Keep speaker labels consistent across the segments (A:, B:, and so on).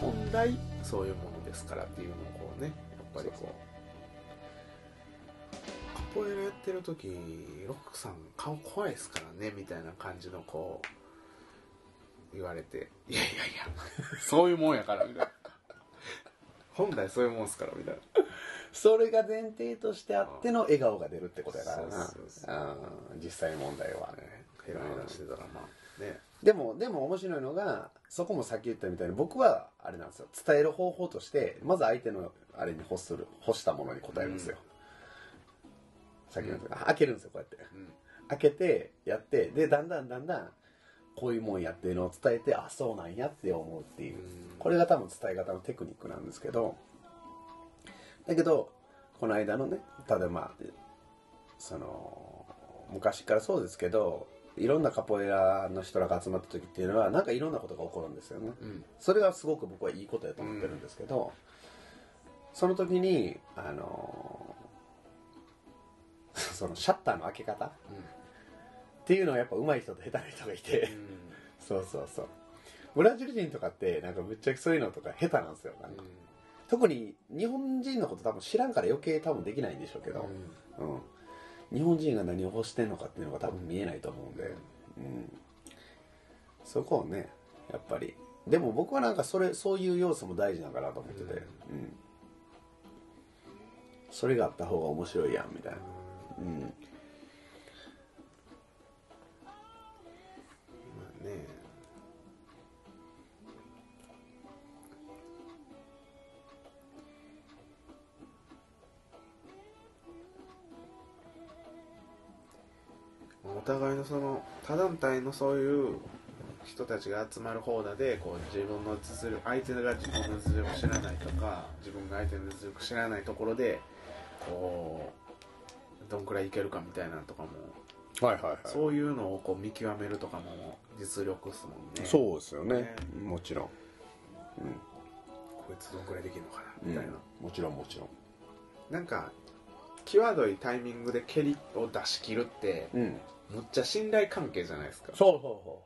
A: 本来そういうものですからっていうのをこうねやっぱりこうカポエラやってる時ロックさん顔怖いですからねみたいな感じのこう言われて「いやいやい やそういうもんやから」みたいな「本来そういうもんっすから」みたいな
B: それが前提としてあっての笑顔が出るってことやからな
A: そうそう
B: うん実際問題は
A: ねヘラヘラしてたらまあね
B: でもでも面白いのがそこもさっき言ったみたいに僕はあれなんですよ伝える方法としてまず相手のあれに欲する欲したものに答えるんですよ、さっき
A: う
B: の、
A: ん
B: 開けるんですよこうやって
A: うん
B: 開けてやってでだんだんだんだんこういうもんやっていうのを伝えてあそうなんやって思うっていうこれが多分伝え方のテクニックなんですけどだけどこの間のねただまあその昔からそうですけどいろんなカポエラの人らが集まった時っていうのはなんかいろんなことが起こるんですよね
A: うん
B: それはすごく僕はいいことやと思ってるんですけど、その時にあのそのシャッターの開け方っていうのはやっぱ上手い人と下手な人がいて、
A: うん
B: そうそうそうブラジル人とかってなんかぶっちゃけそういうのとか下手なんですよなんか特に日本人のこと多分知らんから余計多分できないんでしょうけ
A: う
B: ど、
A: ん
B: うん日本人が何を欲してんのかっていうのが多分見えないと思うんで、うん、そこをねやっぱりでも僕はなんかそれそういう要素も大事だからと思ってて、うん、それがあった方が面白いやんみたいな、うん、
A: まあねお互いのその他団体のそういう人たちが集まる方だでこう自分の実力相手が自分の実力知らないとか自分が相手の実力知らないところでこうどんくらいいけるかみたいなのとかも
B: はいはいはい
A: そういうのをこう見極めるとかも実力っすもんね
B: そうですよね
A: ね
B: もちろん、
A: こいつどんくらいできるのかな
B: うん
A: みたいな、
B: もちろんもちろん
A: なんか際どいタイミングで蹴りを出し切るって
B: うん
A: むっちゃ信頼関係じゃないですか
B: そうそうそう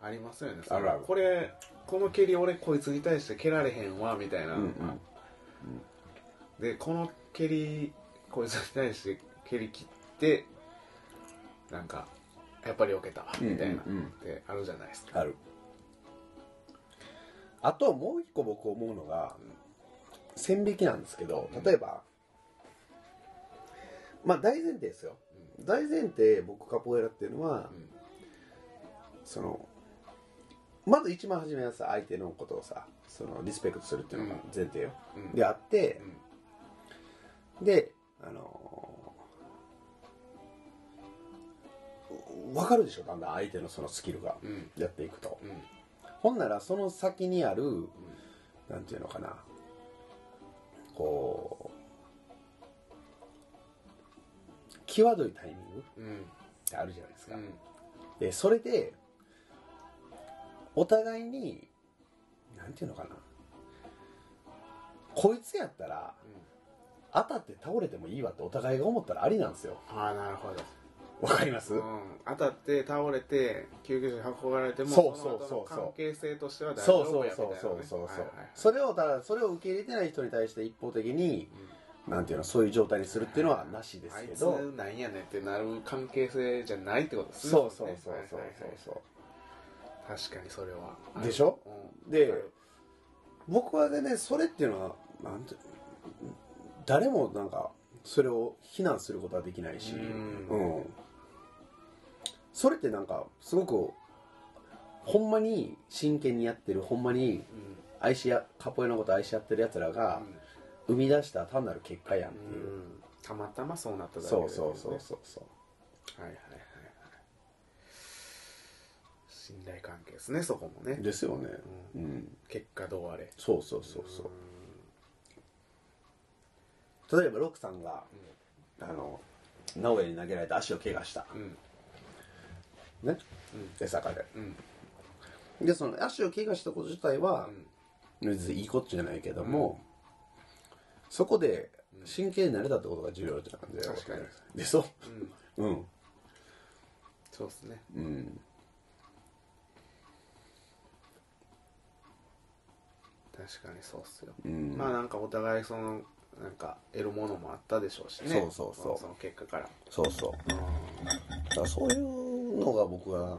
B: そ
A: ありますよね
B: あるある
A: これこの蹴り俺こいつに対して蹴られへんわみたいな、
B: ううんうん
A: でこの蹴りこいつに対して蹴り切ってなんかやっぱり避けた
B: うん
A: みたいなっ
B: うんうん
A: てあるじゃないですか、
B: あるあともう一個僕思うのが線引きなんですけど
A: うん
B: 例えば、まあ大前提ですよ大前提僕カポエラっていうのは、
A: うん
B: そのまず一番初めはさ相手のことをさそのリスペクトするっていうのが前提よ、
A: うん
B: であって
A: う、ん
B: であのーわかるでしょだんだん相手のそのスキルが
A: うん
B: やっていくと、
A: うんうん
B: ほんならその先にあるなんていうのかなこう際どいタイミングっ
A: うんうん
B: てあるじゃないですか、
A: うん
B: でそれでお互いになんていうのかなこいつやったら当たって倒れてもいいわってお互いが思ったらありなんですよ
A: ああなるほど
B: わかります、
A: うん、当たって倒れて救急車に運ばれても
B: そう
A: の後の
B: そうそうそう
A: 関係性としては大丈
B: そうそ
A: 夫
B: う
A: やみたい
B: そ
A: な、
B: う
A: ね、
B: そうそう
A: はい
B: そう
A: はいはい
B: それをただそれを受け入れてない人に対して一方的になんていうのそういう状態にするっていうのはなしです
A: あい
B: け
A: つ
B: ど、
A: なんやねんってなる関係性じゃないってことですね
B: そうそうそうそう
A: はいはい
B: そうそう
A: はい確かにそれは
B: でしょ、
A: うん
B: で僕はねそれっていうのはなんて誰もなんかそれを非難することはできないし、
A: うん
B: うんそれってなんかすごくほんまに真剣にやってるほんま
A: う
B: に
A: ん
B: 愛しやカポエのこと愛し合ってるやつらが生み出した単なる結果やんって
A: う
B: い
A: ん
B: う、
A: たまたまそうなっただけ
B: そうそうそう
A: う
B: そうそう
A: はいはいはいはい信頼関係ですねそこもね
B: ですよねうん
A: 結果どうあれ
B: そうそうそうそう例えばロックさんが、あの直江に投げられた足を怪我した
A: うん
B: ね
A: うん
B: 江坂で
A: うん
B: でその足を怪我したこと自体は
A: うん
B: 別にいいことじゃないけども、そこで神経になれたってことが重要じゃんで
A: 確かに
B: でそううんうん
A: そうですね
B: うん
A: 確確かにそうっすよ、
B: うん
A: まあなんかお互いそのなんか得るものもあったでしょうしね
B: そうそうそう
A: のの結果から
B: そうそうだからそういうのが僕は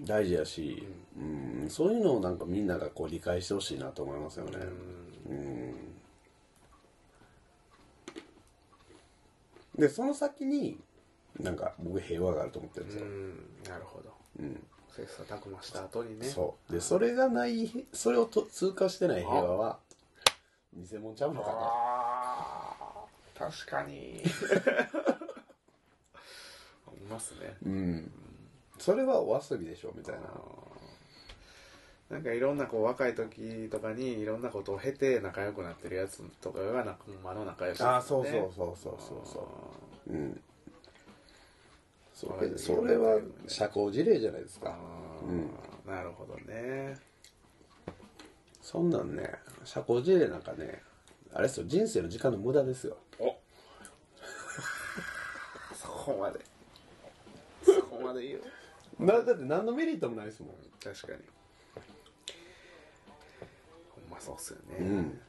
B: 大事やし、うん、そういうのをなんかみんながこう理解してほしいなと思いますよねうんでその先になんか僕平和があると思ってるんです
A: う
B: よ、
A: んなるほど
B: うん
A: 切磋琢磨した後にね
B: そうでそれがないそれをと通過してない平和は偽物ちゃうのかな
A: あー確かに 思いますね
B: うんそれはお遊びでしょみたいな
A: なんかいろんなこう若い時とかにいろんなことを経て仲良くなってるやつとかがなんかほんまの仲良しですよね
B: あーそうそうそうそうそうそううんそれ
A: あー
B: それは社交辞令じゃないです
A: あ
B: か
A: ーなるほどね
B: そんなんね社交辞令なんかねあれですよ人生の時間の無駄ですよ
A: お そこまでそこまで言う
B: なだって何のメリットもないですもん
A: 確かにほんまそうっすよね、
B: うん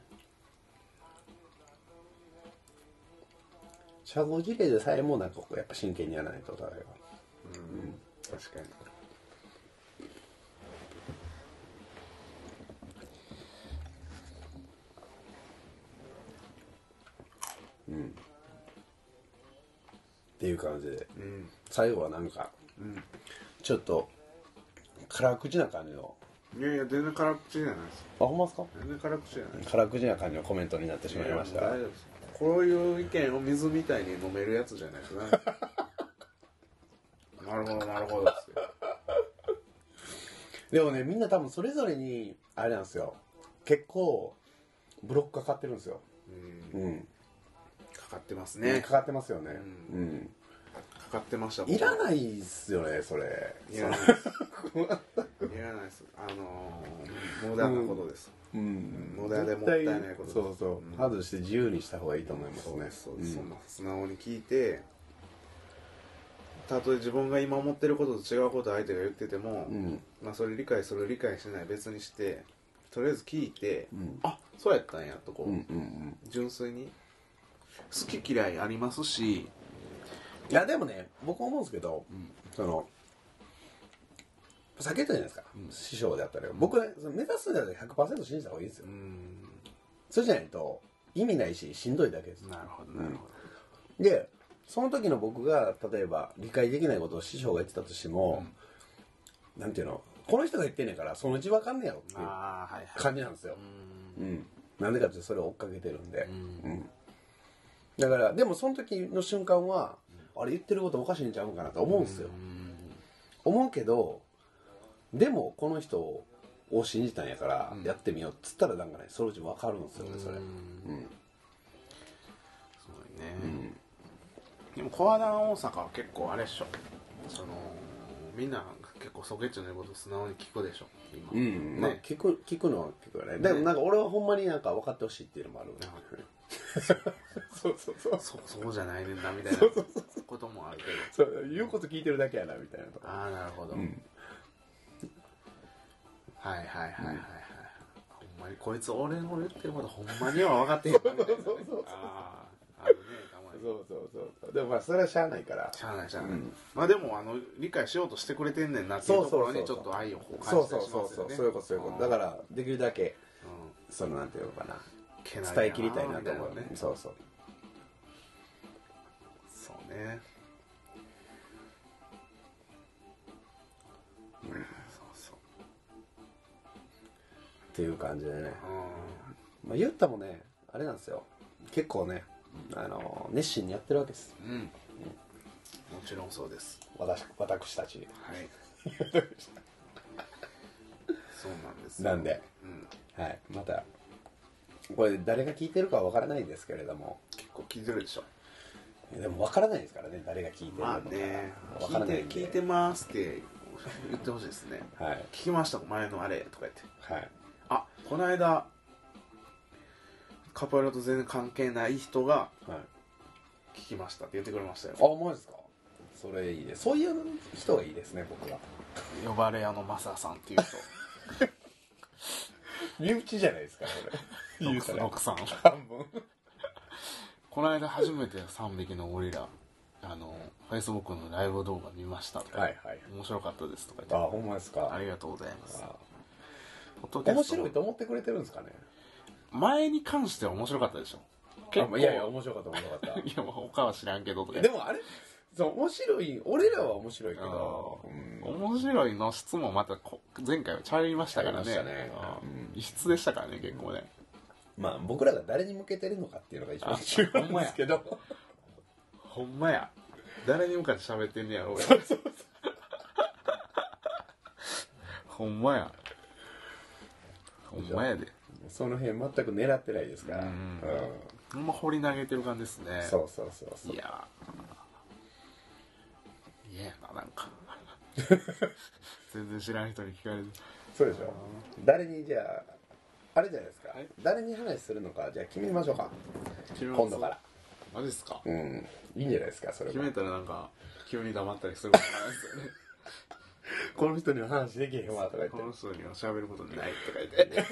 B: 社交辞令でさえもなんかこうやっぱ真剣にやらないとお互いは
A: 確かに
B: っていう感じで
A: うん
B: 最後はなんかちょっと辛口な感じの
A: いやいや全然辛口じゃないですよ
B: あほんまですか
A: 全然辛口じゃないです
B: 辛口な感じのコメントになってしまいまし
A: や
B: た
A: もう大丈夫ですこういう意見を水みたいに飲めるやつじゃないですか なるほどなるほどですよ
B: でもねみんな多分それぞれにあれなんですよ結構ブロックかかってるんですよ
A: うん
B: うん
A: かかってます
B: ね
A: ね
B: かかってますよね
A: う
B: うん、
A: かかってました
B: いら
A: い
B: ないっすよねそれ
A: いらないですいらないですあのー、無駄なことです、
B: うん
A: 無駄でもったいないことです
B: そうそう、
A: うん
B: ハードして自由にした方がいいと思いますね
A: そうですそうです、そん
B: ん
A: な素直に聞いてたとえ自分が今思ってることと違うことを相手が言ってても、
B: うん
A: まあ、それ理解それ理解しない別にしてとりあえず聞いて、
B: ん
A: あそうやったんやとこ
B: う
A: う、
B: んうんうん
A: 純粋に好き嫌いありますし
B: いやでもね僕思うんですけど、
A: ん
B: その避けたじゃないですか、師匠であったり僕はその目指すんだったら100%信じた方がいいですよ
A: うん
B: それじゃないと意味ないししんどいだけです
A: なるほどなるほ
B: でその時の僕が例えば理解できないことを師匠が言ってたとしても、なんていうのこの人が言ってんねんからそのうちわかんねえよって
A: ど、
B: いう
A: ああはいはい
B: 感じなんですようんなんでかっていうとそれを追っかけてるんで、
A: うん
B: うんだからでもその時の瞬間はあれ言ってることおかしいんちゃうんかなと思うんですよ、思うけどでもこの人を信じたんやからやってみようっつったらなんかねそのうちわかるんですよねそれ、うん
A: すごいね、でもコアダン大阪は結構あれっしょそのみんな結構ソケッチの言うこと素直に聞くでしょ今、
B: うん、まあ
A: ね
B: 聞く聞くのは聞くよねでもなんか俺はほんまになんか分かってほしいっていうのもある、
A: なるほ
B: そうそうそう
A: そそうじゃないねんなみたいなこともあるけど
B: そう言うこと聞いてるだけやなみたいなと
A: ああなるほど、はいはいはいはいはい、ほんまにこいつ俺の言ってることほんまには分かってへんなみた いな、ね、あああるねたまに
B: そうそうそうそうでもまあそれはしゃあないから
A: しゃあないしゃあない、まあでもあの理解しようとしてくれてんねんなっていうところにちょっと愛をこう
B: そ
A: 感
B: う
A: じた
B: そう
A: りし
B: そ
A: ま
B: う
A: す
B: そ
A: よ
B: う
A: ね
B: そういうことそういうことだからできるだけ
A: うん
B: そのなんていうのかな
A: けなげやな
B: 伝え切りたいなと思う
A: みたいなね
B: そうそう
A: そうねそうそう
B: っていう感じでね、
A: う
B: まあ、言ったもねあれなんですよ結構ねあの熱心にやってるわけです
A: ん、うん、もちろんそうです
B: 私私たち
A: はいそうなんですよ
B: なんで
A: うん、
B: はい、また、これ誰が聞いてるかはわからないんですけれども、
A: 結構聞いてるでしょ
B: でもわからないですからね、誰が聞いてる
A: ま
B: のか
A: あね
B: わから
A: 聞い
B: ない
A: て
B: んで
A: 聞いてますって言ってほしいですね
B: はい、
A: 聞きました前のあれとか言って
B: はい、
A: あこの間カポエラと全然関係ない人が
B: はい。
A: 聞きましたって言ってくれましたよ
B: あ、マジですかそれいいです。そういう人がいいですね、僕は。
A: 呼ばれ屋のマサさんっていう人
B: 身内じゃないですか これ言うたら
A: 奥さん
B: 半分
A: この間初めて3匹のゴリラあのフェイスブックのライブ動画見ましたとか
B: はいはい
A: 面白かったですとか
B: あ
A: 言って
B: ほんまです
A: あ
B: か
A: りがとうございます
B: あ
A: ポッドキャ
B: 面
A: スト
B: 白いと思ってくれてるんですかね
A: 前に関しては面白かったでしょ結構
B: あいやいや面白かった面白かっ
A: いやまあ他は知らんけどとか
B: たでもあれそう面白い俺らは面白いけど
A: あー
B: うん
A: 面白いの質問またこ前回はちゃいましたからね
B: ちゃいましたね
A: うん異質でしたからね結構ね
B: まあ僕らが誰に向けてるのかっていうのが一番重要なんですけど
A: ほんまや誰に向かって喋ってんねやろ俺 ほんまやほんまやで
B: その辺全く狙ってないですから、
A: うん
B: う
A: ほんま掘り投げてる感じですね
B: んそうそうそうそう
A: いやーいやななんか全然知らん人に聞かれて
B: そうでしょ誰にじゃああれじゃないですか
A: はい
B: 誰に話するのかじゃあ決めましょうか今度から
A: マジっすか
B: うんいいんじゃないですかそれ
A: 決
B: も
A: めたらなんか急に黙ったりすることないですよね
B: この人には話できへんわとか言って
A: この人には喋ることないとか言って。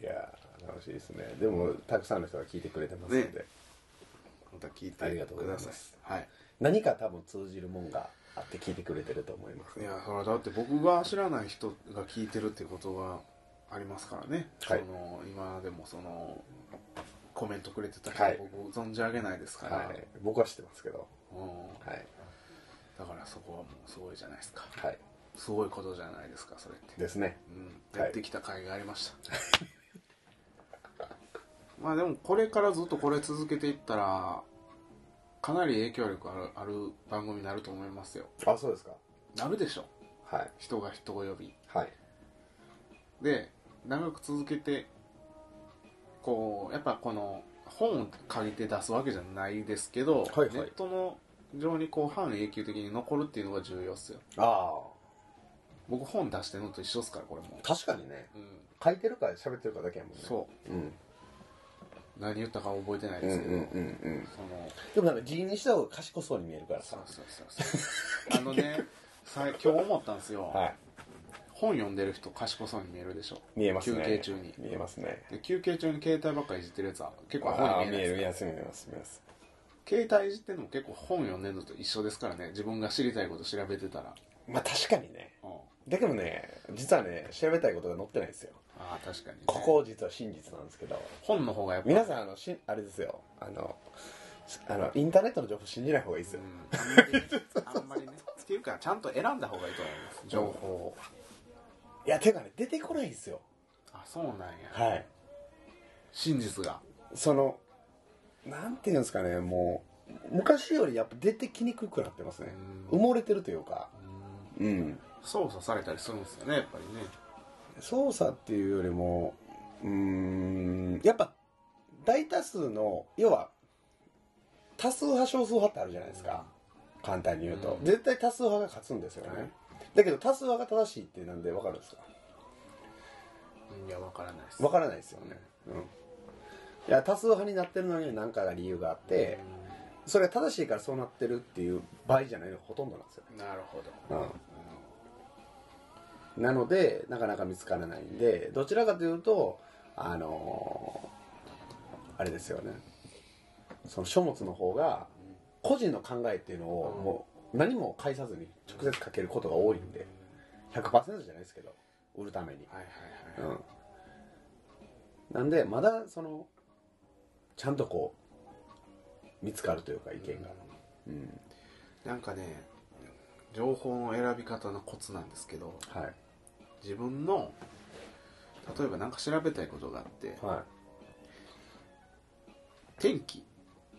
B: いやー楽しいですねでもたくさんの人が聞いてくれてますんで、
A: ねまた聞いて
B: ありがとうございます
A: ください。はい。
B: 何か多分通じるもんがあって聞いてくれてると思います
A: いや、それはだって僕が知らない人が聞いてるってことはありますからね。
B: はい
A: その今でもそのコメントくれてた
B: はい
A: 人僕存じ上げないですから、
B: はい僕は知ってますけど
A: うん
B: はい
A: だからそこはもうすごいじゃないですか。
B: はい
A: すごいことじゃないですか、それって。
B: ですね
A: うん、
B: はい
A: やってきた甲斐がありました。 まあでもこれからずっとこれ続けていったらかなり影響力あるある番組になると思いますよ。
B: あそうですか
A: なるでしょ
B: はい
A: 人が人を呼び
B: はい
A: で長く続けてこうやっぱこの本を借りて出すわけじゃないですけど、
B: はいはい
A: ネットの上にこう半永久的に残るっていうのが重要っすよ
B: あ
A: 僕本出してるのと一緒っすからこれも
B: あ確かにね
A: う、ん、
B: 書いてるか喋ってるかだけやもんね、
A: そう
B: ん、
A: う何言ったか覚えてない
B: うん
A: で
B: うん
A: すけど、
B: うんうん
A: その
B: でもなんか辞任した方が賢そうに見えるから
A: そ
B: さ
A: うそうそうそうあの ねさ今日思ったんですよ、
B: はい
A: 本読んでる人賢そうに見えるでしょ
B: 見えますね
A: 休憩中に
B: 見えますね
A: で休憩中に携帯ばっかりいじってるやつは結構
B: あ
A: 本
B: あ
A: に見
B: 見
A: えない
B: え
A: です
B: る
A: か
B: 見えます見えます見えます
A: 携帯いじってんのも結構本読んでるのと一緒ですからね自分が知りたいこと調べてたら、
B: まあ確かにね
A: うん、
B: だけどね実はね調べたいことが載ってないんですよ
A: ああ確かにね、
B: ここ実は真実なんですけど
A: 本の方がやっぱ
B: 皆さんあのしあれですよあのしあのインターネットの情報信じない方がいいです
A: う
B: よ、
A: んあんまりねあんまりねっていうかちゃんと選んだ方がいいと思います情報を
B: いやていうかね出てこないんですよ
A: あそうなんや、
B: はい
A: 真実が
B: そのなんていうんですかねもう昔よりやっぱ出てきにくくなってますね埋もれてるというか
A: うん
B: うん
A: 操作されたりするんですよねやっぱりね
B: 操作っていうよりもうーんやっぱ大多数の要は多数派少数派ってあるじゃないですか、簡単に言うと、
A: うん
B: 絶対多数派が勝つんですよね、
A: はい
B: だけど多数派が正しいってなんで分かるんですか
A: うんいやわからないです
B: 分からないですよね、うん、いや多数派になってるのに何かが理由があってそれが正しいからそうなってるっていう場合じゃないのがほとんどなんですよ、
A: うんなるほど、
B: うんなのでなかなか見つからないんでどちらかというとあのーあれですよねその書物の方が個人の考えっていうのを
A: うん
B: もう何も介さずに直接書けることが多いんで100%じゃないですけど売るために、
A: はいはい
B: う
A: はい、
B: ん、なんでまだそのちゃんとこう見つかるというか意見が、うん
A: なんかね情報の選び方のコツなんですけど
B: はい
A: 自分の例えば何か調べたいことがあって
B: は
A: 天気
B: い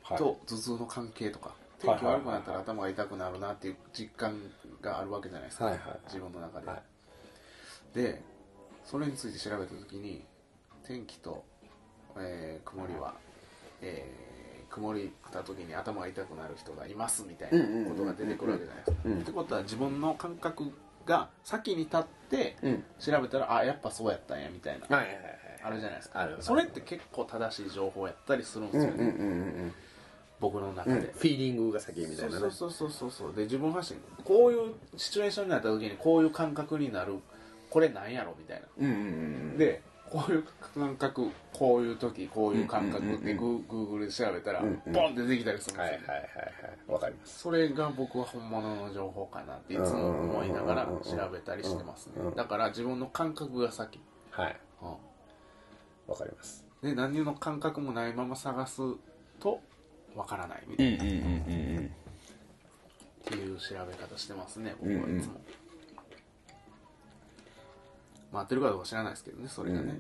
B: はい
A: と頭痛の関係とか
B: は
A: 天
B: い
A: 気悪くなったら頭が痛くなるなっていう実感があるわけじゃないですか、
B: はいはい
A: 自分の中で、
B: はい
A: でそれについて調べた時に天気と、えー曇りは、えー曇りた時に頭が痛くなる人がいますみたいなことが出てくるわけじゃないですか、
B: うんうんうんうん
A: ってことは自分の感覚が先に立って
B: うん
A: 調べたらあやっぱそうやったんやみたいな
B: はいはいはい
A: あるじゃないです
B: あ
A: か
B: る
A: それって結構正しい情報やったりするんですよね、
B: うんうん
A: 僕の中
B: う
A: で、
B: ん、フィーリングが先みた
A: そ
B: いうなね
A: そうそうそうそうそうで自分発信こういうシチュエーションになった時にこういう感覚になるこれなんやろみたいな
B: うんうんうん
A: でこういう感覚こういう時こういう感覚
B: うんうんうんうん
A: でグーグーグルで調べたら、
B: うんうん
A: ボンってできたりするんですよ、
B: はいはいはいはいわかります
A: それが僕は本物の情報かなっていつも思いながら調べたりしてますね
B: うんうんうん
A: だから自分の感覚が先、
B: はい
A: うん
B: わかります
A: で何の感覚もないまま探すとわからないみた
B: う
A: い
B: ん
A: な
B: うんうんうん
A: っていう調べ方してますね僕はいつも、
B: うんうん
A: まあ合ってるかどうか知らないですけどねそれがね、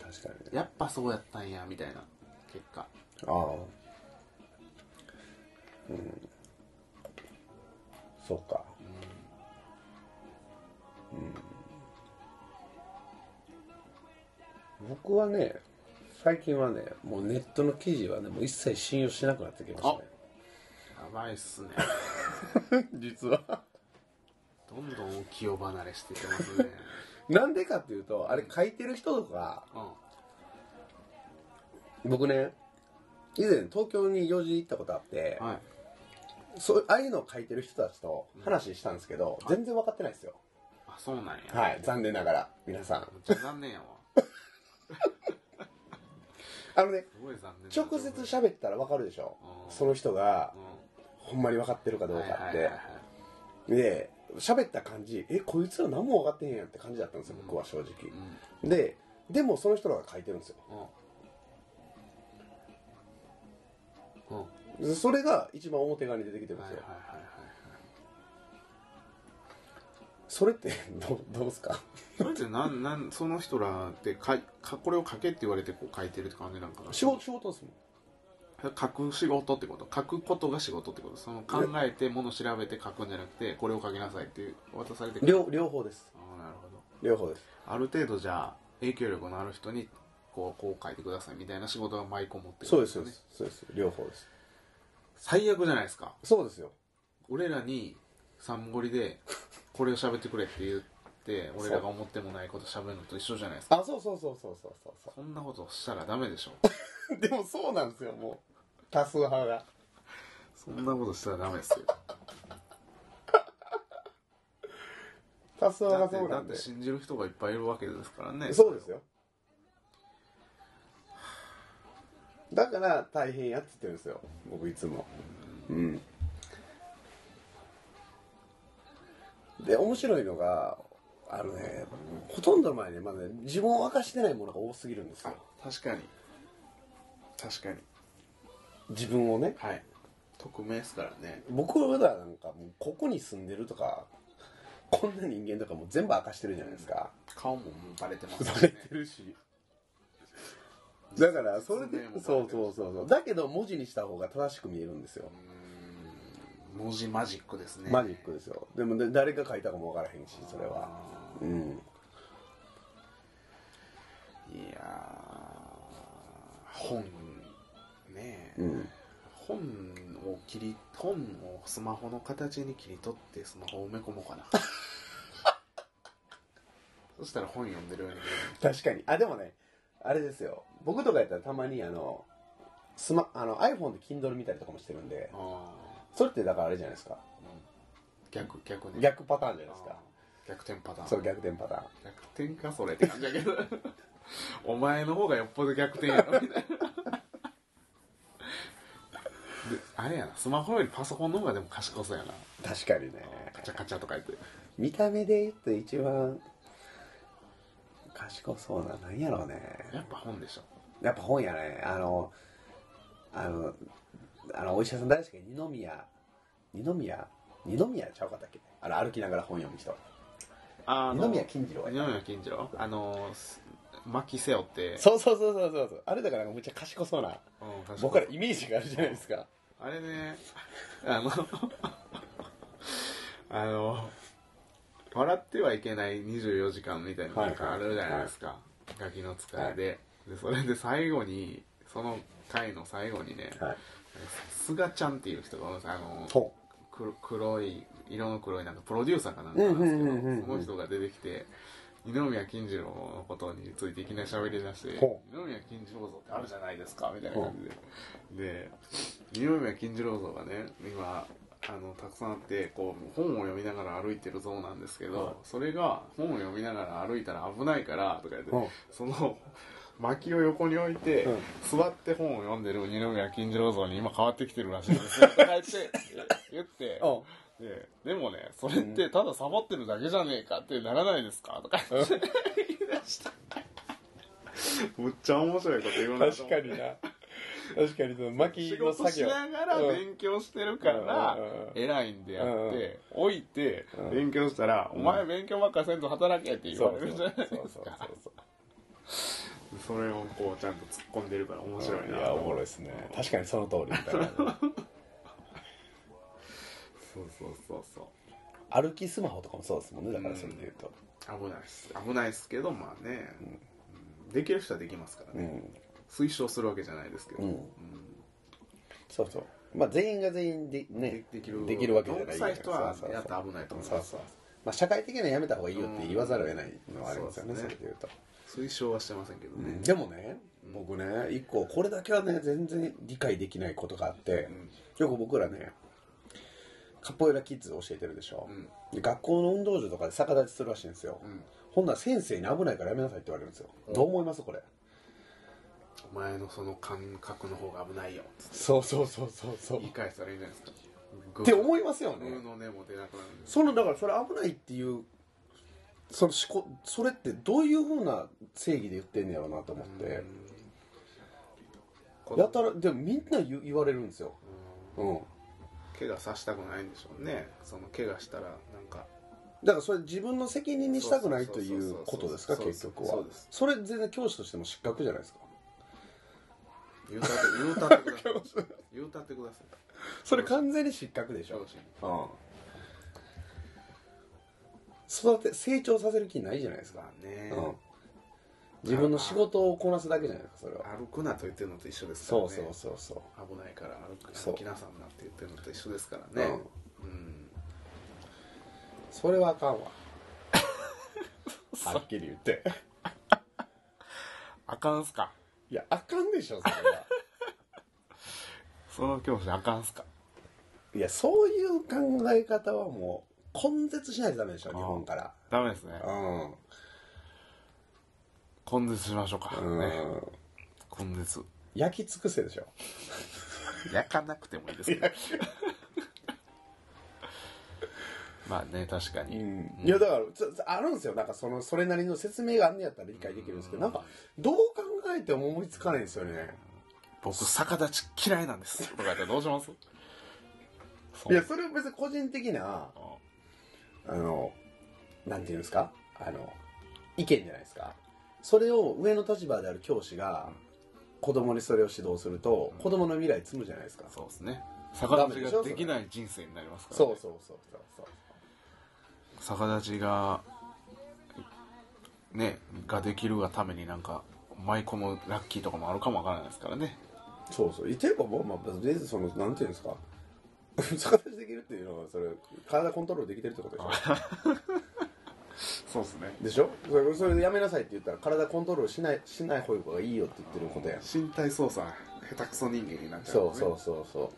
B: 確かにね
A: やっぱそうやったんやみたいな結果
B: ああうんそうかうん僕はね最近はねもうネットの記事はねもう一切信用しなくなってきましたね
A: やばいっすね
B: 実は
A: どんどん浮世離れしていってます ね
B: なんでかっていうとあれ書いてる人とか
A: うん
B: 僕ね以前東京に用事行ったことあって、
A: はい
B: そうああいうのを書いてる人たちと話したんですけど、全然分かってないですよ
A: あそうなんや、
B: はい残念ながら皆さん
A: めっちゃ残念やわ
B: あのね
A: すごい残念
B: 直接喋ったら分かるでしょ
A: うん
B: その人が
A: うん
B: ほんまに分かってるかどうか
A: は
B: っ
A: いはい
B: て
A: はいはい
B: で喋った感じえこいつら何も分かってへんやんって感じだったんですよ
A: うん
B: 僕は正直
A: うん
B: ででもその人らが書いてるんですよ
A: うんうん
B: それが一番表側に出てきてるんで
A: はい
B: す
A: はい
B: よ
A: はいはい
B: それってどうどうすか
A: それってなんなんその人らってかかこれを書けって言われてこう書いてるって感じなんかな
B: 仕事仕事ですもん
A: 書く仕事ってこと書くことが仕事ってことその考えてもの調べて書くんじゃなくてこれを書きなさいって渡されて
B: 両両方です
A: ああなるほど
B: 両方です
A: ある程度じゃあ影響力のある人にこうこう書いてくださいみたいな仕事が舞い込むって
B: そ
A: こと
B: うですそうですそうです両方です
A: 最悪じゃないですか
B: そうですよ
A: 俺らにサンゴリでこれを喋ってくれって言って俺らが思ってもないこと喋るのと一緒じゃないですか
B: あそうそうそうそうそうそうそ
A: そんなことしたらダメ でしょ
B: うでもそうなんですよもう多数派が
A: そんなことしたらダメですよ
B: 多数
A: だっ
B: 派
A: て
B: がそう
A: だ
B: な
A: っ
B: んで
A: て信じる人がいっぱいいるわけですからね
B: そうですよだから大変やって言ってるんですよ僕いつもうんで面白いのがあのねほとんどの前にまだね自分を明かしてないものが多すぎるんですよ
A: 確かに確かに
B: 自分をね
A: はい匿名ですからね
B: 僕らなんかもうここに住んでるとかこんな人間とかもう全部明かしてるじゃないですか
A: 顔ももうバレてます
B: バ
A: し
B: レ
A: ね
B: てるしだからそれ
A: 説
B: で
A: 明もバレて
B: そ
A: る
B: う
A: し
B: そうそうそうだけど文字にした方が正しく見えるんですよ
A: うーん文字マジックですね
B: マジックですよでもね誰が書いたかもわからへんしそれはうん
A: いやー本ねえ、
B: うん
A: 本を切り本をスマホの形に切り取ってスマホを埋め込もうかな そしたら本読んでるように見える
B: 確かにあでもねあれですよ僕とかやったらたまにあのスマあの iPhone で Kindle 見たりとかもしてるんで
A: ああ
B: それってだからあれじゃないですか
A: 逆逆ね
B: 逆パターンじゃないですか
A: 逆転パターン
B: そう逆転パターン
A: 逆転かそれって感じだけどお前の方がよっぽど逆転やろみたいなであれやなスマホよりパソコンの方がでも賢そうやな
B: 確かにね
A: カチャカチャとか言って
B: 見た目で言って一番賢そうな何やろうね
A: やっぱ本でしょ
B: やっぱ本やねあのあのあのお医者さん誰でしたっけ二宮二宮二宮ちゃうかったっけあの歩きながら本読む人
A: あ
B: 二宮金次郎
A: 二
B: や
A: 宮金次郎あのす巻き背負って
B: そうそうそうそうそうそうあれだからなんかめっちゃ賢そうな
A: うん賢い
B: 僕らイメージがあるじゃないですか
A: あれね、あの、 あの、笑ってはいけない24時間みたいなのがあるじゃないですか。ガキの使いで。で、それで最後に、その回の最後にね、
B: はい
A: 菅ちゃんっていう人がおるんですあの、
B: ほ
A: 黒黒い、色の黒いなんかプロデューサーかなんかなんですけど、
B: うんうんうんうんうん
A: その人が出てきて、二宮金次郎のことについていきなり喋り出して
B: ほ
A: 「二宮金次郎像ってあるじゃないですか」みたいな感じでで二宮金次郎像がね今あのたくさんあってこう本を読みながら歩いてる像なんですけど、
B: はい
A: それが本を読みながら歩いたら危ないからとか言って、
B: うん
A: その薪を横に置いて、
B: うん
A: 座って本を読んでる二宮金次郎像に今変わってきてるらしいんですよとか言って言 って。
B: お
A: ででもねそれってただサボってるだけじゃねえかってならないですかとか言って言い出 したむっちゃ面白いこと言うなと
B: 確
A: 思っ
B: か
A: て
B: にな確かにその薪
A: 仕
B: の
A: 事
B: 作
A: し
B: 業
A: ながら
B: うん
A: 勉強してるから
B: うんうんうん
A: 偉いんであ
B: う
A: っ
B: んうん
A: て置いて
B: うん
A: 勉強したら「お前勉強ばっかりせんと働け」って言
B: そ
A: わ
B: う
A: れ
B: そ
A: る
B: うそう
A: じゃないです
B: そ
A: か
B: うそうそう
A: それをこうちゃんと突っ込んでるから面白いな
B: や
A: と
B: お
A: 思
B: もろい
A: って
B: ですね確かにその通りみたい な
A: そうそうそうそう
B: 歩きスマホとかもそうですもんねだからそれで言うと、
A: 危ないっす危ないっすけどまあねうんできる人はできますから
B: う
A: ね
B: ん、
A: 推奨するわけじゃないですけど
B: うん
A: ん
B: そうそうまあ全員が全員でね
A: でできる
B: わけじゃない
A: どんくさい人は
B: そうそうそう
A: やったら危ないと思い
B: そう
A: ま
B: そ
A: す
B: うまあ社会的にはやめた方がいいよって言わざるを得ないのはありますよね、
A: うん
B: それで言うと、
A: 推奨はしてませんけどね
B: でもね僕ね一個これだけはね全然理解できないことがあって、よく僕らねカポエラキッズ教えてるでしょ、
A: うん
B: で学校の運動場とかで逆立ちするらしいんですよ、
A: うん
B: ほんなら先生に危ないからやめなさいって言われるんですよ、どう思いますこれ
A: お前のその感覚の方が危ないよつって
B: そうそうそうそうそう
A: 言い返したらいいんじゃないですか
B: って思いますよ
A: グ
B: ね
A: ーの根も出なくなるんです
B: そのだからそれ危ないっていうその思考それってどういうふうな正義で言ってんねやろうなと思って
A: 子
B: や
A: 供
B: たらでもみんな言言われるんですようん
A: 怪我させたくないんでしょうねその怪我したらなんか
B: だからそれ自分の責任にしたくないということですか
A: そうそう
B: 結
A: そう
B: 局
A: そ
B: は
A: うです
B: それ全然教師としても失格じゃないですか
A: 言うたって言うたってく ださい言うたってください
B: それ完全に失格でし
A: 上
B: ょ
A: 司に
B: うん育て成長させる気ないじゃないですか
A: まあね
B: うん自分の仕事をこなすだけじゃないですかそれは
A: 歩くなと言ってるのと一緒ですから
B: そ
A: ね
B: うそうそうそう
A: 危ないから歩く
B: そう
A: 歩きなさんなって言ってるのと一緒ですからねうん
B: それはあかん わはっきり言って
A: あかんすか
B: いやあかんでしょそれは
A: その教師あかんすか
B: いやそういう考え方はもう根絶しないとダメでしょ日本から
A: ダメですね
B: うん
A: 根絶しましょうか、
B: うん、
A: ね根絶
B: 焼き尽くせでしょ
A: 焼かなくてもいいですけど まあね確かに、
B: いやだからつつあるんですよなんかそのそれなりの説明があんねやったら理解できるんですけどなんかどう考えても思いつかないんですよね
A: 僕逆立ち嫌いなんですとか言ったらどうします
B: いやそれは別に個人的な
A: そ
B: あの、なんていうんですかあの、意見じゃないですか。それを上の立場である教師が、子供にそれを指導すると、子供の未来積むじゃないですか
A: う。そうですね逆立ちができない人生になりますから、ね、
B: そうそうそうそうそう。
A: 逆立ちがねができるがためになんか舞い込むラッキーとかもあるかもわからないですからね
B: そうそう。言ってるかも、まあ、別にその、なんていうんですか 逆立ちできるっていうのは、それ、体コントロールできてるってことでしょ
A: そうですね
B: でしょそれそれでやめなさいって言ったら、体コントロールしない、しない方がいいよって言ってることやん。
A: 身体操作下手くそ人間になっちゃう、
B: そうそうそうそ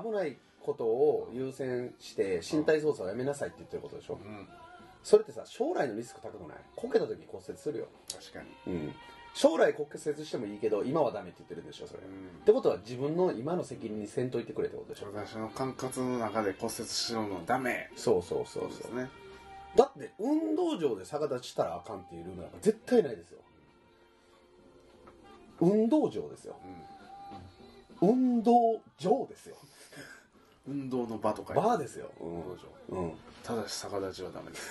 B: う危ないことを優先して身体操作をやめなさいって言ってることでしょ
A: うん
B: それってさ将来のリスク高くないこけた時に骨折するよ、
A: 確かに
B: うん、将来骨折してもいいけど今はダメって言ってるんでしょそれ、
A: ん
B: ってことは自分の今の責任にせんといてくれってことでしょ
A: 私の管轄の中で骨折しようのダメ
B: そうそうそ
A: そ
B: うそうう
A: ですね
B: だって運動場で逆立ちしたらあかんっていうルールなんか絶対ないですよ運動場ですよ、運動場ですよ
A: 運動の場とか
B: バーですよ、
A: 運動場
B: うん、
A: ただし逆立ちはダメです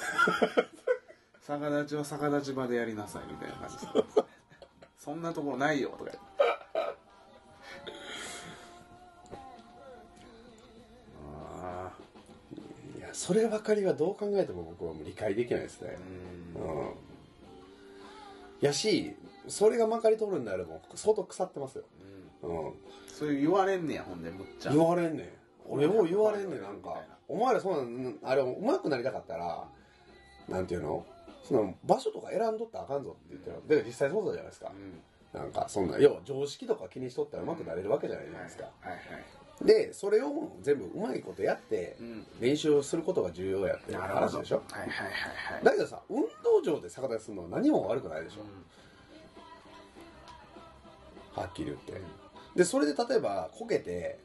A: 逆立ちは逆立ち場でやりなさいみたいな感じですそんなところないよとか言ってああ
B: いやそればかりはどう考えても僕はもう理解できないですね
A: うん
B: うんやしそれがまかり通るんであればもう相当腐ってますよ、うん、
A: そういう言われんねやほんでむっちゃ
B: 言われんねん俺もう言われんねんなん
A: み
B: か
A: たいな
B: お前らそんなんあれうまくなりたかったらなんていうのその場所とか選んどったらあかんぞって言ってるだから実際そうじゃないですかなんかそんな要は常識とか気にしとったらうまくなれるわけじゃないじゃないですか
A: はいはい
B: でそれを全部うまいことやって
A: うん
B: 練習をすることが重要やって
A: なるほ
B: 話
A: ど
B: でしょ
A: はいはいはいはい
B: だけどさ運動場で逆立ちするのは何も悪くないでしょ、はっきり言って、
A: うん
B: でそれで例えばこけて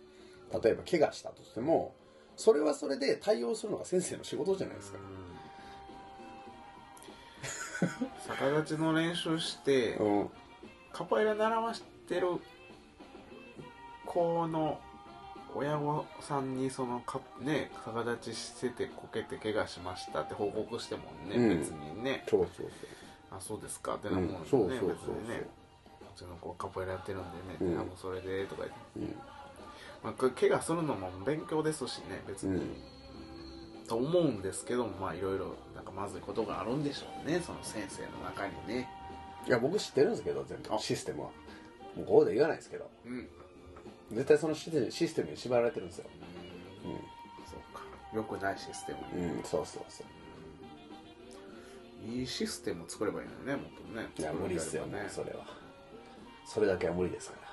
B: 例えば怪我したとしてもそれはそれで対応するのが先生の仕事じゃないですか、
A: うん逆立ちの練習して
B: うん、
A: カポエラ習わしてる子の親御さんにそのか、ね、逆立ちしててこけて怪我しましたって報告してもね、
B: うん
A: 別にね
B: そうそう
A: あそうですかって
B: そ
A: な
B: う、う
A: もん
B: ん
A: ね、、
B: そうそうそう
A: 別
B: そう
A: にねうちの子カポエラやってるんでね、
B: うん
A: あもうそれでとか言って、
B: うん
A: まあ、これ怪我するのも勉強ですしね別に、
B: うん
A: と思うんですけどまあいろいろなんかまずいことがあるんでしょうねその先生の中にね
B: いや僕知ってるんですけど全
A: あ
B: 部システムはもうここで言わないですけど
A: うん、うん、
B: 絶対そのシステムシステムに縛られてるんですよ
A: そうか良くないシステム
B: う
A: に、
B: ん、うん、そうそうそう
A: いいシステムを作ればいいのにねもっとね
B: いや無理っすよ
A: 作れば
B: ね
A: ね
B: それはそれだけは無理ですから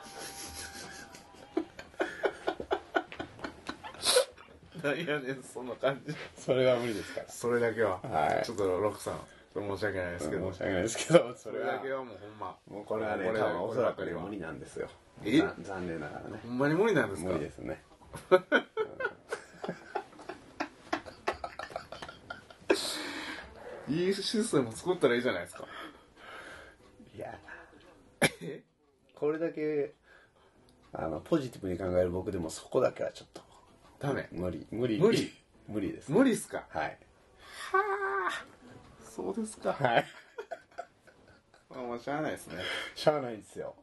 A: なんやねんそんな感じ
B: それは無理ですから
A: それだけは、
B: はい
A: ちょっとロクさんそれ申し訳ないですけど、
B: 申し訳ないですけど
A: そ
B: それ
A: れ
B: は
A: だけはもうほんま
B: もうこれはね
A: こ
B: 多
A: れだ
B: 分おそらく
A: これ
B: ね
A: ばっか
B: 無
A: り
B: 理なんですよ
A: え
B: ざ残念ながらね
A: ほんまに無理なんですか
B: 無理ですね
A: いいシステム作ったらいいじゃないですか
B: いや
A: え
B: これだけあのポジティブに考える僕でもそこだけはちょっと
A: ダメ
B: 無理無理
A: 無理
B: 無理です
A: 無理っすか
B: はい
A: はあそうですか
B: はい
A: まあもうしゃあないですね
B: しゃあないんですよ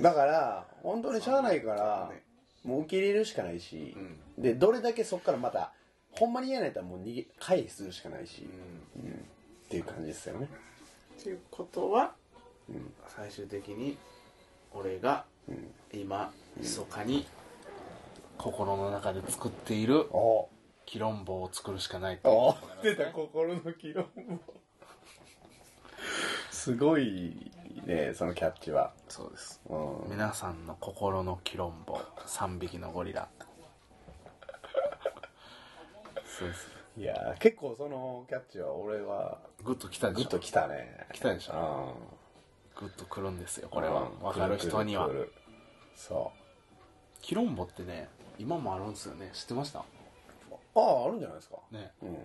B: だから本当にしゃあないから
A: ね
B: もう受け入れるしかないし
A: う、ん
B: でどれだけそこからまたほんまに嫌なやったらもう逃げ回避するしかないし、
A: う
B: っ
A: ん
B: ていう感じですよね
A: っていうことは、
B: うん
A: 最終的に俺が
B: ん
A: 今密かに心の中で作っている
B: お
A: キロンボを作るしかないと
B: お出た心の気温もすごいねそのキャッチは
A: そうです
B: うん
A: 皆さんの心のキロンボ3匹のゴリラそうです
B: いやー結構そのキャッチは俺は
A: グッときたで
B: グ
A: し
B: ッ
A: ょ
B: ときたね
A: 来たでしょ
B: ょ
A: グッとくるんですよこれは分かる人には
B: そ
A: キロンボってね今もあるんですよね知ってました
B: うあああるんじゃないですか、
A: ね
B: うん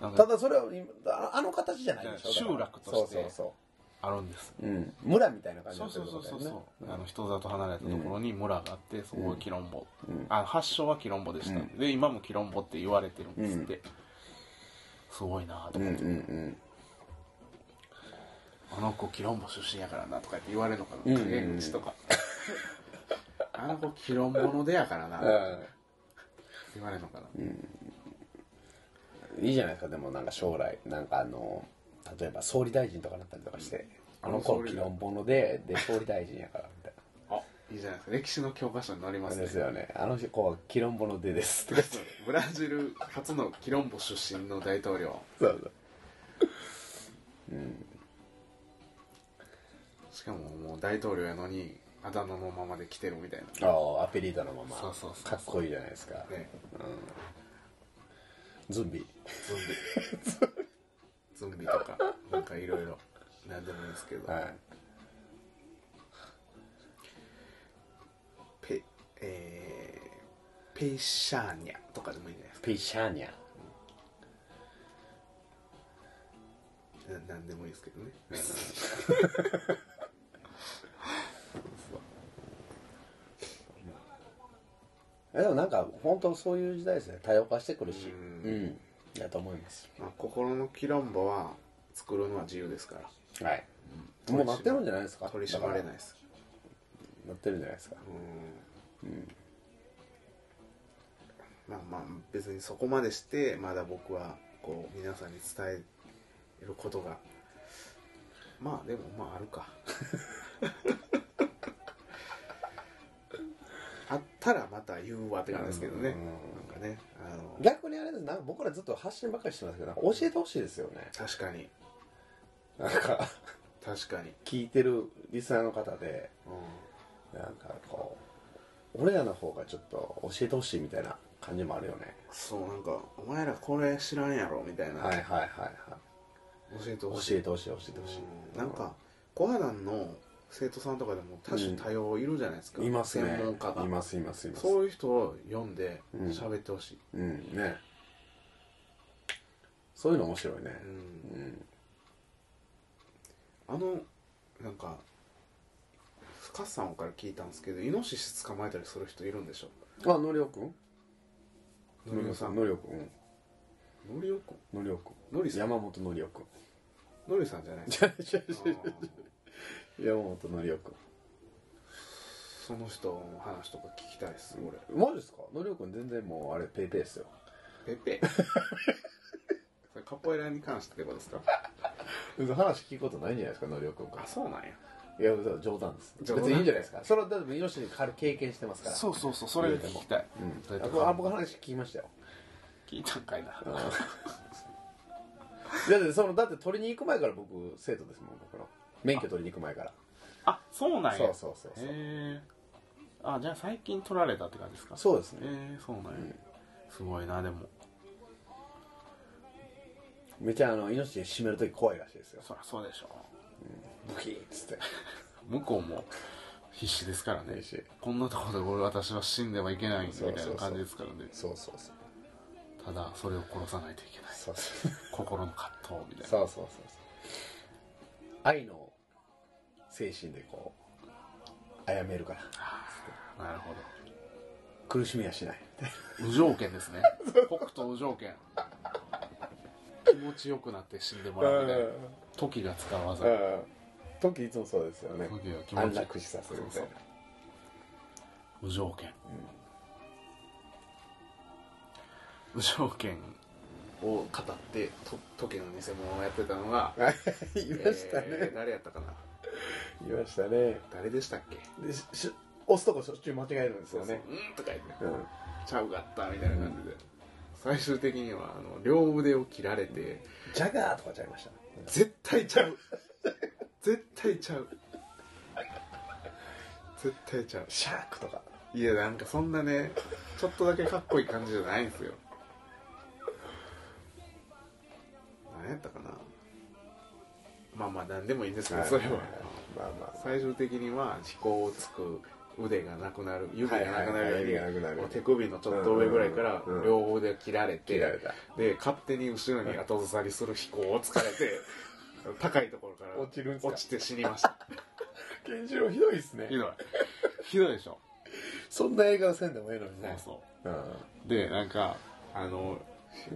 A: なん
B: た
A: か
B: だそれは今ああの形じゃないでしょ
A: 集落として
B: そうそうそ
A: あるんです
B: う、うん、村みたいな感じ
A: そうそうそうそうそう、あ
B: の
A: の人里離れたところに村があってそこがキロンボ、
B: うん
A: あ発祥はキロンボでした、
B: うん
A: で今もキロンボって言われてるんですって、すごいなと
B: うん
A: 思
B: う
A: っ
B: ん
A: て、
B: うん
A: あの子キロンボ出身やからなとかって言われるのか
B: うん
A: な
B: うんうん
A: 陰口とかあの子キロンボの出やからな
B: あ
A: 言われるのかな、
B: ーいいじゃないですかでもなんか将来なんかあの例えば総理大臣とかなったりとかして、あの
A: あ
B: 子
A: の総理
B: 既論者で で総理大臣やからみたいな
A: あいいじゃないですか歴史の教科書に載りますね
B: ですよねあの子は既論者でですとか
A: そうブラジル初のキロンボ出身の大統領
B: そうそう
A: しかももう大統領やのにあだ名のままで来てるみたい
B: ああアペリータのまま
A: そうそうそう
B: かっこいいじゃないですか、
A: なね
B: ズンビ
A: ゾンビゾンビとかなんかいろいろ何でもいいですけど、
B: はい
A: ペえー、ペシャーニャとかでもいいんじゃないです
B: ピシャーニャ
A: かな何でもいいですけ どね
B: えでもなんか本当そういう時代ですね多様化してくるし
A: う
B: うん、だと思います
A: まあ、心のキロンボは作るのは自由ですから
B: はい、もうなってるんじゃないですか
A: 取り締まれない
B: い
A: です
B: なってるんじゃないですか
A: まあまあ別にそこまでしてまだ僕はこう皆さんに伝えることがまあでもまあある かあったらまた言うわって感じですけどね、
B: うん
A: なんかねあの
B: 逆にあれですなんか僕らずっと発信ばっかりしてますけどなんか教えてほしいですよね
A: 確かに
B: なんか
A: 確かに、
B: 聞いてるリスナーの方で
A: う
B: なんかこう俺らの方がちょっと教えてほしいみたいな感じもあるよね
A: ん、そうなんか「お前らこれ知らんやろ」みたいな、
B: はいはいはいはい
A: 教えて
B: 教
A: ほしい
B: えてほしい教えてほし
A: う
B: い
A: んなんかコアランの生徒さんとかでも多種多様いるじゃないですか、
B: いますね
A: 専門家が
B: いますいますいます
A: そういう人を読んで
B: うん
A: 喋ってほしい、
B: うんねそういうの面白いね
A: うん
B: うん
A: あのなんか深さんから聞いたんですけどイノシシ捕まえたりする人いるんでしょ
B: あのりおくん
A: のりおさんの
B: のりおくんうん
A: りおくん
B: のりおくん
A: のりさん
B: 山本のり おくん
A: のりさんじゃないです
B: 違う違う
A: か
B: 違う山本のりおくん
A: その人の話とか聞きたいです俺
B: マジですかのりおくん全然もうあれペイペイですよ
A: ペ ペそれカポエラに関してってことですか
B: 話聞くことないんじゃないですかのりおくんか
A: あそうなんや
B: いや冗談です
A: 冗
B: 別
A: 談
B: にいいんじゃないですかそれはだってイノシシに狩る経験してますから
A: うそうそうそがたい、
B: う、
A: どうんや
B: あ
A: って
B: 僕あ僕話聞きましたよ
A: 聞いたんかいな
B: うんだってそのだって取りに行く前から僕生徒ですもん僕の免許取りに行く前から
A: あそうなんや
B: そうそうそうそう
A: へえあじゃあ最近取られたって感じですか
B: そうです
A: へ
B: ね
A: えそうなんや、すごいなでも
B: めちゃあの命に締める時怖いらしいですよ
A: そりゃそうでしょ
B: ブキーっつって
A: 向こうも必死ですからね
B: 嬉しい
A: こんなところで俺私は死んではいけないみた
B: そうそ
A: い
B: うそ
A: な
B: う
A: 感じですからね
B: そうそうそう
A: ただそれを殺さないといけない
B: そうそう
A: 心の葛藤みたいな
B: そうそうそうそう愛の精神でこうあやめるから
A: なるほど
B: 苦しみはしない
A: 無条件ですね北斗無条件気持ちよくなって死んでもらうみたいな時が使う技時
B: うん時いつもそうですよね
A: は気持
B: 安
A: ちよく
B: 楽死させるみたいな
A: そう無条件、無条件を語ってと時の偽物をやってたのが
B: 言いましたね、
A: えー誰やったかな
B: 言いましたね
A: 誰でしたっけ
B: でしし押すとこしょっちゅう間違えるんですよね
A: そうそううんとか言って
B: うん
A: ちゃうかったみたいな感じで、最終的にはあの両腕を切られて、
B: ジャガーとかちゃいました
A: 絶対ちゃう絶対ちゃう絶対ちゃう
B: シャークとか
A: いやなんかそんなねちょっとだけかっこいい感じじゃないんですよ何やったかなまあまあ何でもいいんですけど、それは
B: まあまあ
A: 最終的には飛行をつく腕がなくなる指がなくな
B: はいはいはい
A: る
B: 指がなくなる
A: もう手首のちょっと上ぐらいから
B: うんうんうん
A: 両腕を切られて、
B: 切られた
A: で勝手に後ろに後ずさりする飛行をつかれ て高いところから
B: 落ちるんすか
A: 落ちて死にました
B: ケンシロウひどいですね
A: ひ どいひどいでしょ
B: そんな映画せんでもいいのに
A: そう
B: ね
A: そううでなんかあの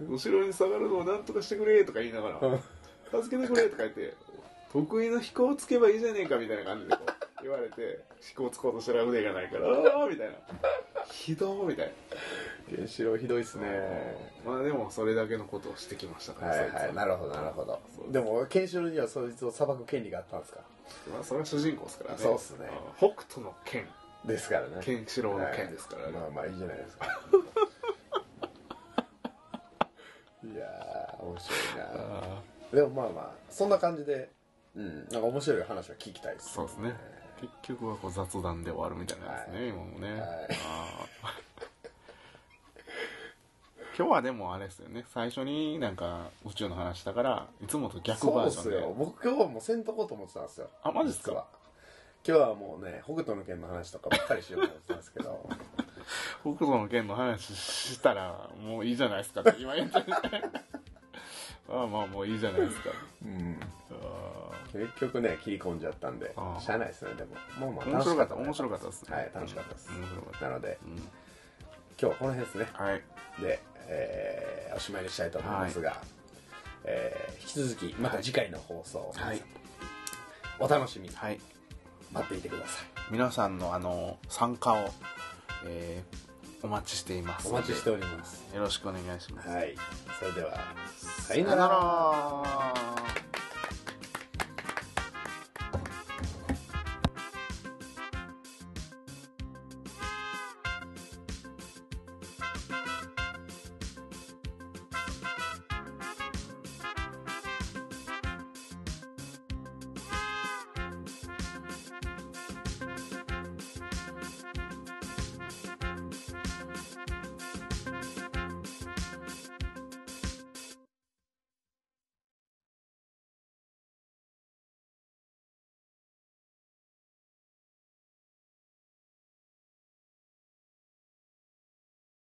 A: 後ろに下がるのをなんとかしてくれとか言いながら
B: ん
A: 助けてくれとか言って得意の飛行をつけばいいじゃねえかみたいな感じでこう言われて飛行をつこうとしたら腕がないからああみたいなひどーみたい
B: ケンシロウひどいです
A: な
B: ね
A: まあでもそれだけのことをしてきましたから
B: はいは
A: そい
B: い
A: つ
B: なるほどなるほど
A: そうです
B: でもケンシロウにはそいつを裁く権利があったんですか
A: まあそれは主人公ですからね
B: そうっすね
A: あ北斗の剣
B: ですからね
A: ケンシロウの剣ですからね、
B: まあまあいいじゃないですか いやー面白いな
A: あ
B: でもまあまあそんな感じでうんなんか面白い話は聞きたいです
A: そうですね結局はこう雑談で終わるみたいなんですね、今もね、
B: はい
A: あー今日はでもあれですよね最初になんか宇宙の話したからいつもと逆
B: そう
A: バー
B: で
A: ジョ
B: す
A: ンで
B: よ僕今日はもうせんとこうと思ってたんですよ
A: あマジっすか
B: 実は今日はもうね北斗の拳の話とかばっかりしようと思ってたんですけど
A: 北斗の剣の話したらもういいじゃないですかって今言ってる ああまあもういいじゃないですか
B: うん
A: あ
B: 結局ね切り込んじゃったんで
A: ああ
B: しゃあないですねでもまあ
A: ー
B: ま
A: 面
B: あ
A: 白かった
B: 楽
A: 面
B: し
A: 白かったですね
B: はい楽しかったです
A: 面白かっ
B: なので
A: た、うん
B: 今日はこの辺ですね
A: はい
B: で、えーおしまいにしたいと思いますが、えー引き続きまた次回の放送を皆さん、
A: はい
B: お楽しみに
A: はい
B: 待っていてください
A: 皆さんのあの参加を、えーお待ちしています
B: お待ちしております
A: よろしくお願いします、
B: はいそれではさ
A: さ
B: よ
A: よ
B: な
A: な
B: ら
A: ら